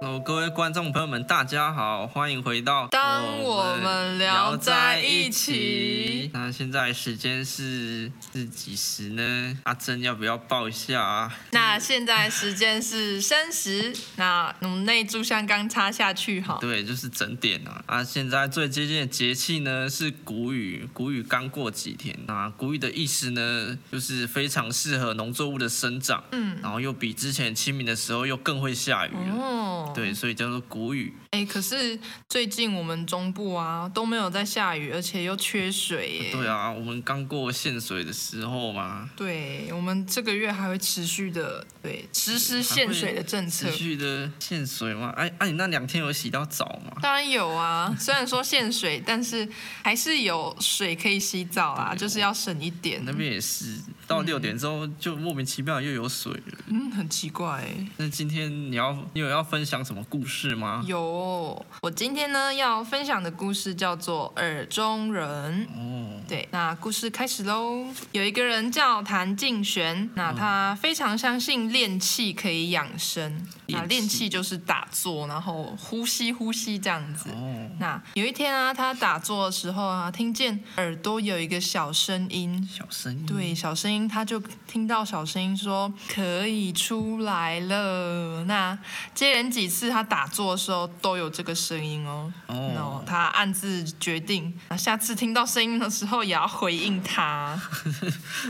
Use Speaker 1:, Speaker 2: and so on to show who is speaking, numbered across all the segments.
Speaker 1: Hello，各位观众朋友们，大家好，欢迎回到
Speaker 2: 当我们聊在一起。
Speaker 1: 那现在时间是是几时呢？阿珍要不要报一下啊？
Speaker 2: 那现在时间是申时，那我们那一炷香刚插下去哈。
Speaker 1: 对，就是整点啊。啊，现在最接近的节气呢是谷雨，谷雨刚过几天啊。谷雨的意思呢，就是非常适合农作物的生长，
Speaker 2: 嗯
Speaker 1: 然后又比之前清明的时候又更会下雨了。
Speaker 2: 哦，
Speaker 1: 对，所以叫做谷雨。
Speaker 2: 哎、可是最近我们中部啊都没有在下雨，而且又缺水耶。
Speaker 1: 对啊，我们刚过限水的时候嘛，
Speaker 2: 对我们这个月还会持续的对实施
Speaker 1: 还
Speaker 2: 限
Speaker 1: 会
Speaker 2: 水的政策
Speaker 1: 持。续的限水嘛。哎、哎、你那两天有洗到澡吗？
Speaker 2: 当然有啊，虽然说限水，但是还是有水可以洗澡啊，
Speaker 1: 对
Speaker 2: 就是要省一点。
Speaker 1: 那边也是，到六点之后就莫名其妙又有水了。
Speaker 2: 嗯，很奇怪耶、
Speaker 1: 那今天你要你有要分享什么故事吗？
Speaker 2: 有，我今天呢要分享的故事叫做《耳中人》。
Speaker 1: 哦，
Speaker 2: 对，那故事开始喽。有一个人叫谭敬玄，那他非常相信练气可以养生。
Speaker 1: 练
Speaker 2: 那练
Speaker 1: 气
Speaker 2: 气就是打坐，然后呼吸呼吸这样子。
Speaker 1: 哦，
Speaker 2: 那有一天啊，他打坐的时候啊，听见耳朵有一个小声音，
Speaker 1: 小声音。
Speaker 2: 对，小声音，他就听到小声音说可以出来了。那接连几次他打坐的时候都有这个声音哦。然后
Speaker 1: 哦，
Speaker 2: 他暗自决定，那下次听到声音的时候也要回应他。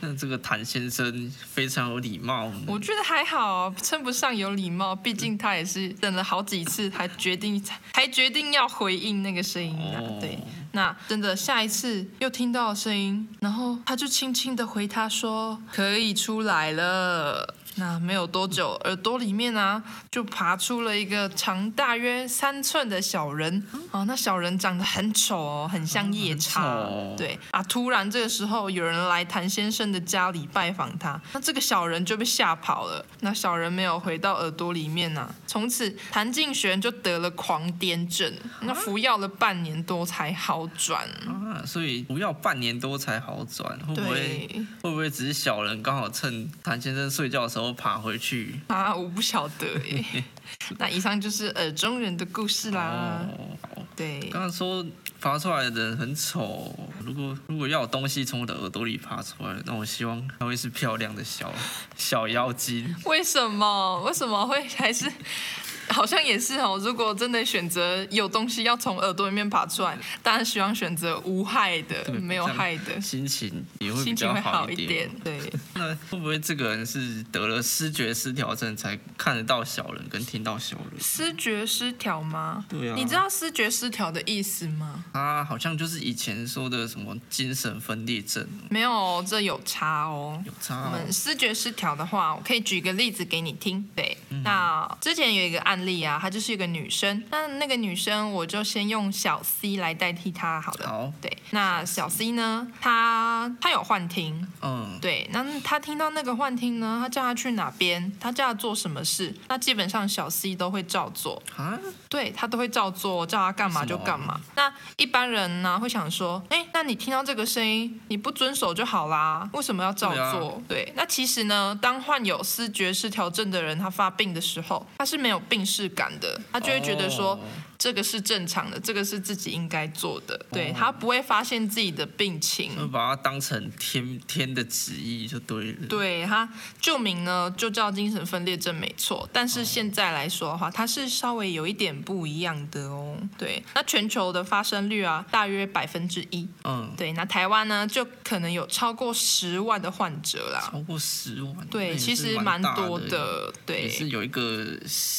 Speaker 1: 那这个谭先生非常有礼貌呢。
Speaker 2: 我觉得还好，称不上有礼貌，毕竟他也是等了好几次，还决定还决定要回应那个声音啊。
Speaker 1: 哦
Speaker 2: 对，那真的下一次又听到声音，然后他就轻轻的回他说：“可以出来了。”那没有多久，耳朵里面啊就爬出了一个长大约三寸的小人哦，那小人长得很丑哦，很像夜叉。
Speaker 1: 哦
Speaker 2: 对啊，突然这个时候有人来谭先生的家里拜访他，那这个小人就被吓跑了。那小人没有回到耳朵里面呐、啊从此谭敬玄就得了狂癫症，那服药了半年多才好转。
Speaker 1: 啊，所以不要半年多才好转，会不会
Speaker 2: 对
Speaker 1: 会不会只是小人刚好趁谭先生睡觉的时候爬回去？
Speaker 2: 啊，我不晓得哎。 那以上就是耳中人的故事啦。
Speaker 1: 哦，好
Speaker 2: 对，
Speaker 1: 刚刚说爬出来的人很丑，如果如果要有东西从我的耳朵里爬出来，那我希望它会是漂亮的小小妖精。
Speaker 2: 为什么？为什么会还是？ 好像也是哦。如果真的选择有东西要从耳朵里面爬出来，当然希望选择无害的，
Speaker 1: 对
Speaker 2: 没有
Speaker 1: 这样
Speaker 2: 害的，
Speaker 1: 心情也会比
Speaker 2: 心情
Speaker 1: 较
Speaker 2: 会好
Speaker 1: 一
Speaker 2: 一点。对，
Speaker 1: 那会不会这个人是得了失觉失调症才看得到小人跟听到小人？
Speaker 2: 失觉失调吗？
Speaker 1: 对啊
Speaker 2: 你知道失觉失调的意思吗？
Speaker 1: 他好像就是以前说的什么精神分裂症，
Speaker 2: 没有哦，这有差哦。
Speaker 1: 有差、
Speaker 2: 我
Speaker 1: 哦。
Speaker 2: 们视觉失调的话，我可以举一个例子给你听。对，
Speaker 1: 嗯
Speaker 2: 那之前有一个案例啊，她就是一个女生，那那个女生我就先用小 C 来代替她好了。
Speaker 1: 好，
Speaker 2: 对，那小 C 呢，她她有幻听，
Speaker 1: 嗯，
Speaker 2: 对，那她听到那个幻听呢，她叫她去哪边，她叫她做什么事，那基本上小 C 都会照做。
Speaker 1: 啊，
Speaker 2: 对他都会照做，叫他干嘛就干嘛。那一般人呢、会想说，哎，那你听到这个声音，你不遵守就好啦，为什么要照做？对，那其实呢，当患有思觉失调症的人，他发病的时候，他是没有病视感的，他就会觉得说。
Speaker 1: 哦
Speaker 2: 这个是正常的，这个是自己应该做的，
Speaker 1: 哦
Speaker 2: 对
Speaker 1: 嗯
Speaker 2: 他不会发现自己的病情，
Speaker 1: 就把它当成天天的旨意就对了。
Speaker 2: 对他旧名呢就叫精神分裂症没错，但是现在来说的话，它是稍微有一点不一样的哦。对，那全球的发生率啊，大约百分之一。
Speaker 1: 嗯，
Speaker 2: 对，那台湾呢，就可能有超过十万的患者啦。
Speaker 1: 超过十万，那
Speaker 2: 对，
Speaker 1: 也
Speaker 2: 其
Speaker 1: 是
Speaker 2: 实
Speaker 1: 蛮
Speaker 2: 蛮
Speaker 1: 大
Speaker 2: 多
Speaker 1: 的。
Speaker 2: 的。
Speaker 1: 也
Speaker 2: 对
Speaker 1: 是有一个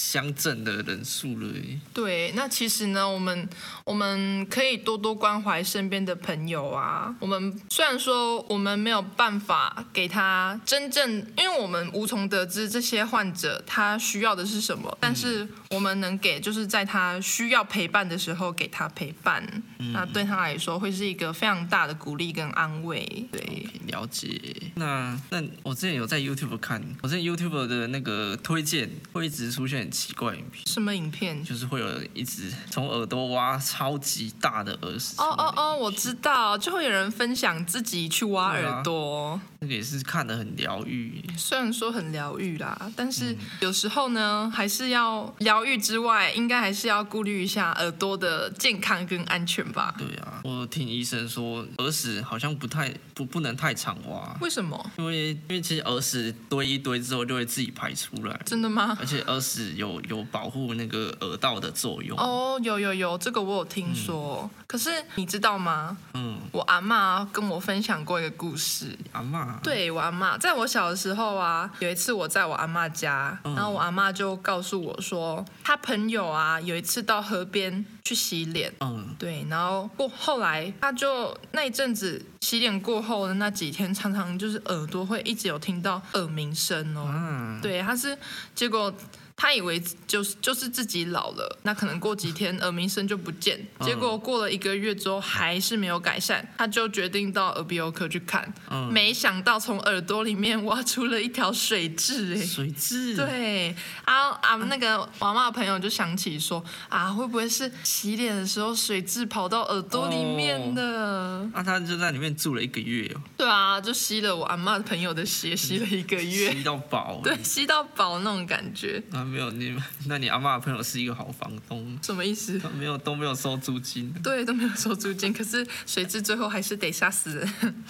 Speaker 1: 乡镇的人数了耶，
Speaker 2: 对，那其实呢，我们我们可以多多关怀身边的朋友啊。我们虽然说我们没有办法给他真正，因为我们无从得知这些患者他需要的是什么，但
Speaker 1: 嗯
Speaker 2: 是我们能给就是在他需要陪伴的时候给他陪伴，
Speaker 1: 嗯
Speaker 2: 那对他来说会是一个非常大的鼓励跟安慰。对，
Speaker 1: 了解。那那我之前有在 YouTube 看，我之前 YouTube 的那个推荐会一直出现很奇怪的影片，
Speaker 2: 什么影片？
Speaker 1: 就是会有一子从耳朵挖超级大的耳屎出
Speaker 2: 哦
Speaker 1: 来。
Speaker 2: 哦哦，我知道，就会有人分享自己去挖
Speaker 1: 对啊
Speaker 2: 耳朵，
Speaker 1: 那个也是看得很疗愈。
Speaker 2: 虽然说很疗愈啦，但是有时候呢，还是要疗愈之外，应该还是要顾虑一下耳朵的健康跟安全吧。
Speaker 1: 对啊，我听医生说，耳屎好像不太不不能太常挖，
Speaker 2: 为什么？
Speaker 1: 因为因为其实耳屎堆一堆之后就会自己排出来，
Speaker 2: 真的吗？
Speaker 1: 而且耳屎有有保护那个耳道的作用。
Speaker 2: 哦，有有有，这个我有听说。可是你知道吗？
Speaker 1: 嗯，
Speaker 2: 我阿妈跟我分享过一个故事。
Speaker 1: 阿妈，
Speaker 2: 对我阿妈，在我小的时候啊，有一次我在我阿妈家，
Speaker 1: 嗯
Speaker 2: 然后我阿妈就告诉我说，她朋友啊有一次到河边去洗脸，
Speaker 1: 嗯，
Speaker 2: 对，然后过后来他就那一阵子洗脸过后的那几天，常常就是耳朵会一直有听到耳鸣声哦。
Speaker 1: 嗯，
Speaker 2: 对，他是结果他以为就是就是自己老了，那可能过几天耳鸣声就不见，
Speaker 1: 嗯
Speaker 2: 结果过了一个月之后还是没有改善，他就决定到耳鼻喉科去看，
Speaker 1: 嗯
Speaker 2: 没想到从耳朵里面挖出了一条水蛭、哎。
Speaker 1: 水蛭，，
Speaker 2: 对，啊啊，那个娃娃的朋友就想起说，啊，会不会是洗脸的时候水蛭跑到耳朵里面的？
Speaker 1: 那、他啊就在里面住了一个月哦，
Speaker 2: 对啊，就吸了我阿妈的朋友的血，吸了一个月，
Speaker 1: 嗯吸到饱， 哦
Speaker 2: 对，，吸到饱那种感觉，
Speaker 1: 啊，没有你，那你阿妈的朋友是一个好房东，
Speaker 2: 什么意思？
Speaker 1: 他没有都没有收租金。
Speaker 2: 对，都没有收租金，可是水蛭最后还是得杀死人。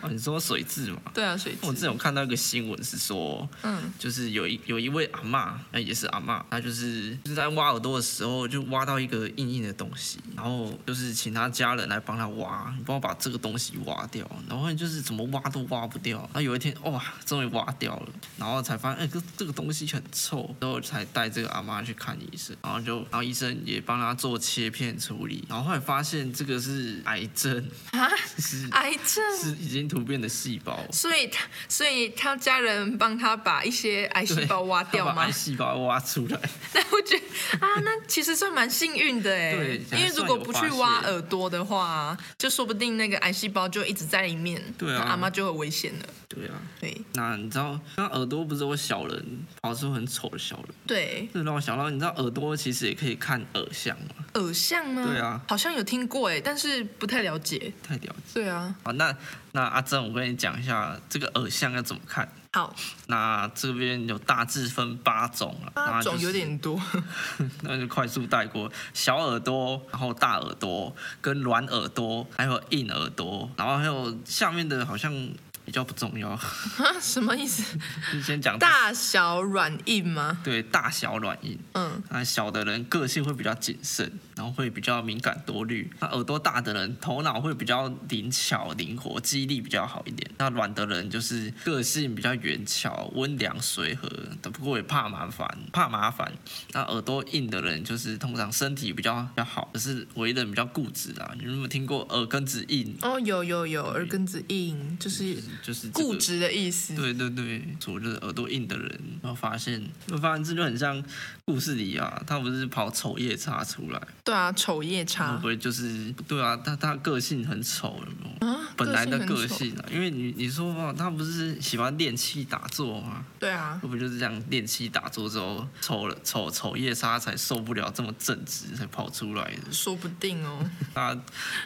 Speaker 1: 哦，你说水蛭嘛？
Speaker 2: 对啊，水
Speaker 1: 我之
Speaker 2: 蛭，
Speaker 1: 前有看到一个新闻是说，
Speaker 2: 嗯，
Speaker 1: 就是有一有一位阿嬷，那也是阿嬷，她就是就是在挖耳朵的时候就挖到一个硬硬的东西，然后就是请她家人来帮她挖，你帮我把这个东西挖掉，然后就是怎么挖都挖不掉，然后有一天哦哇，终于挖掉了，然后才发现哎、这这个东西很臭，之后才带这个阿嬷去看医生，然后就然后医生也帮她做切片处理，然后后来发现这个是癌症，
Speaker 2: 啊，
Speaker 1: 是
Speaker 2: 癌症。
Speaker 1: 嗯是已经突变的细胞。
Speaker 2: 所以他，所以他家人帮他把一些癌细
Speaker 1: 对
Speaker 2: 胞挖
Speaker 1: 她
Speaker 2: 掉
Speaker 1: 把
Speaker 2: 吗
Speaker 1: 癌？细胞挖出来，
Speaker 2: 但我觉得啊，那其实算蛮幸运的哎，
Speaker 1: 对
Speaker 2: 因为
Speaker 1: 还算
Speaker 2: 如果不去
Speaker 1: 有
Speaker 2: 挖
Speaker 1: 发现
Speaker 2: 耳朵的话，就说不定那个癌细胞就一直在里面，
Speaker 1: 对啊
Speaker 2: 那阿妈就很危险了。
Speaker 1: 对啊。
Speaker 2: 对
Speaker 1: 那你知道，那耳朵不是有小人跑出很丑的小人，
Speaker 2: 对，
Speaker 1: 这让我想到，你知道耳朵其实也可以看耳相啊嘛，
Speaker 2: 耳相吗？
Speaker 1: 对啊
Speaker 2: 好像有听过哎，但是不太了解。
Speaker 1: 太屌了。
Speaker 2: 对啊，
Speaker 1: 好，那那阿正，我跟你讲一下这个耳相要怎么看。
Speaker 2: 好，
Speaker 1: 那这边有大致分八种了，
Speaker 2: 八种有
Speaker 1: 那
Speaker 2: 点多。
Speaker 1: 就是，那就快速带过小耳朵，然后大耳朵跟软耳朵，还有硬耳朵，然后还有下面的好像比较不重要，
Speaker 2: 啊，什么 意思？
Speaker 1: 就先讲
Speaker 2: 大小软硬吗？
Speaker 1: 对大小软硬。
Speaker 2: 嗯，
Speaker 1: 那小的人个性会比较谨慎，然后会比较敏感多虑；那耳朵大的人头脑会比较灵巧灵活，记忆力比较好一点。那软的人就是个性比较圆巧、温良随和，但不过也怕麻烦，怕麻烦。那耳朵硬的人就是通常身体比较比较好，可是为人比较固执啊。你有没有听过耳根子硬？
Speaker 2: 哦，有有有，耳根子硬就是
Speaker 1: 就是、这个
Speaker 2: 固执的意思。
Speaker 1: 对对对，左就是耳朵硬的人，然后发现，我发现这就很像故事里啊，他不是跑丑夜叉出来，
Speaker 2: 对啊，丑夜
Speaker 1: 会
Speaker 2: 叉
Speaker 1: 不会就是嗯对啊？他他个性很丑，有没有？
Speaker 2: 啊，
Speaker 1: 本来的
Speaker 2: 很
Speaker 1: 个
Speaker 2: 丑。
Speaker 1: 性啊，因为你你说嘛，他不是喜欢练气打坐吗？
Speaker 2: 对啊，
Speaker 1: 会不会就是这样练气打坐之后，丑了丑丑夜叉才受不了这么正直才跑出来的？
Speaker 2: 说不定哦。
Speaker 1: 大家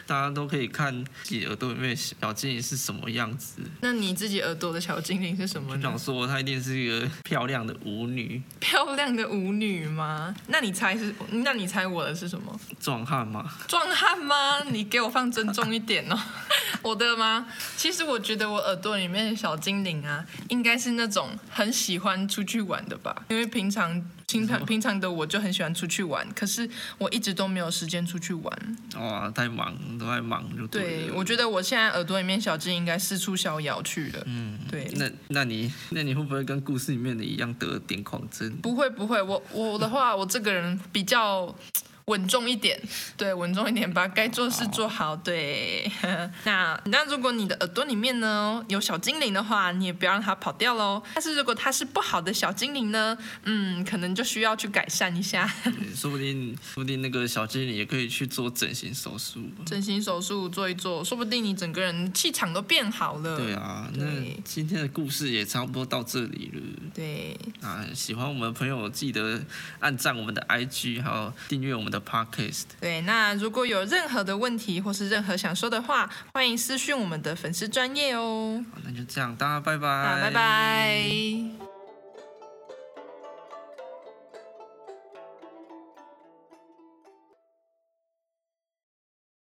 Speaker 1: 大家都可以看自己耳朵里面的小精灵是什么样子。
Speaker 2: 那你自己耳朵的小精灵是什么
Speaker 1: 我想
Speaker 2: 呢？
Speaker 1: 说，她一定是一个漂亮的舞女
Speaker 2: 漂亮的舞女吗？那你猜是？那你猜我的是什么？
Speaker 1: 壮汉嘛。
Speaker 2: 壮汉吗？你给我放尊重一点哦。我的吗？其实我觉得我耳朵里面的小精灵啊，应该是那种很喜欢出去玩的吧，因为平常。平常平常的我就很喜欢出去玩，可是我一直都没有时间出去玩。
Speaker 1: 哇，太忙，都在忙就对
Speaker 2: 对，
Speaker 1: 了。
Speaker 2: 我觉得我现在耳朵里面小精灵应该四处逍遥去了。嗯，对。
Speaker 1: 那那你那你会不会跟故事里面的一样得癫狂症？
Speaker 2: 不会不会，我我的 话，我这个人比较稳重一点，对，稳重一点，把该做的事做好。对， 那那如果你的耳朵里面呢有小精灵的话，你也不要让它跑掉喽。但是如果它是不好的小精灵呢，嗯，可能就需要去改善一下。
Speaker 1: 对说不定说不定那个小精灵也可以去做整形手术。
Speaker 2: 整形手术做一做，说不定你整个人气场都变好了。
Speaker 1: 对啊，那
Speaker 2: 对
Speaker 1: 今天的故事也差不多到这里了
Speaker 2: 对
Speaker 1: 啊！喜欢我们的朋友记得按赞我们的 IG，还有订阅我们的的 podcast。
Speaker 2: 对，那如果有任何的问题或是任何想说的话，欢迎私讯我们的粉丝专业哦。
Speaker 1: 好那就这样，大家拜拜，
Speaker 2: 那拜拜。